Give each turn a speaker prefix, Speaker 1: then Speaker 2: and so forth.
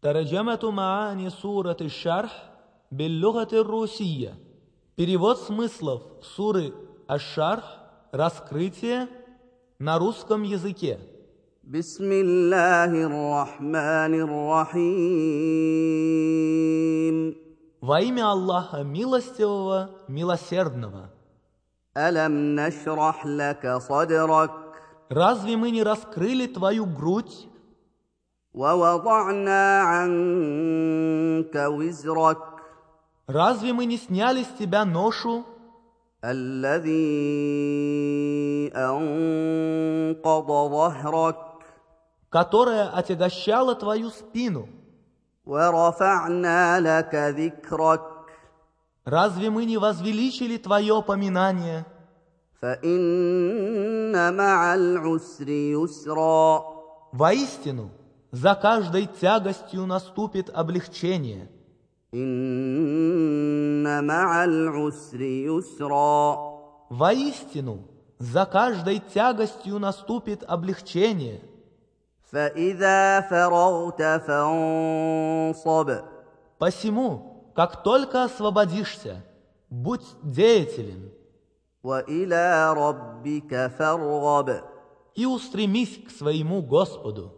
Speaker 1: Тараджамату маани сураты шарх биллюгаты русия. Перевод смыслов суры Аш-Шарх «Раскрытие» на русском языке.
Speaker 2: بسم الله الرحمن الرحيم
Speaker 1: Во имя Аллаха Милостивого, Милосердного.
Speaker 2: ألم نشرح لك صدرك
Speaker 1: Разве мы не раскрыли твою грудь
Speaker 2: ووضعنا عنك وزرك
Speaker 1: Разве мы не сняли с тебя ношу,
Speaker 2: الذي أنقض ظهرك
Speaker 1: которая отягощала твою спину?
Speaker 2: ورفعنا لك ذكرك
Speaker 1: Разве мы не возвеличили твое поминание?
Speaker 2: فإن مع العسر يسرا
Speaker 1: Воистину, за каждой тягостью наступит облегчение.
Speaker 2: إن مع العسر يسرا
Speaker 1: Воистину, за каждой тягостью наступит облегчение.
Speaker 2: فإذا فرغت فانصب
Speaker 1: Посему, как только освободишься, будь деятелен
Speaker 2: وإلى ربك فارغب
Speaker 1: и устремись к своему Господу.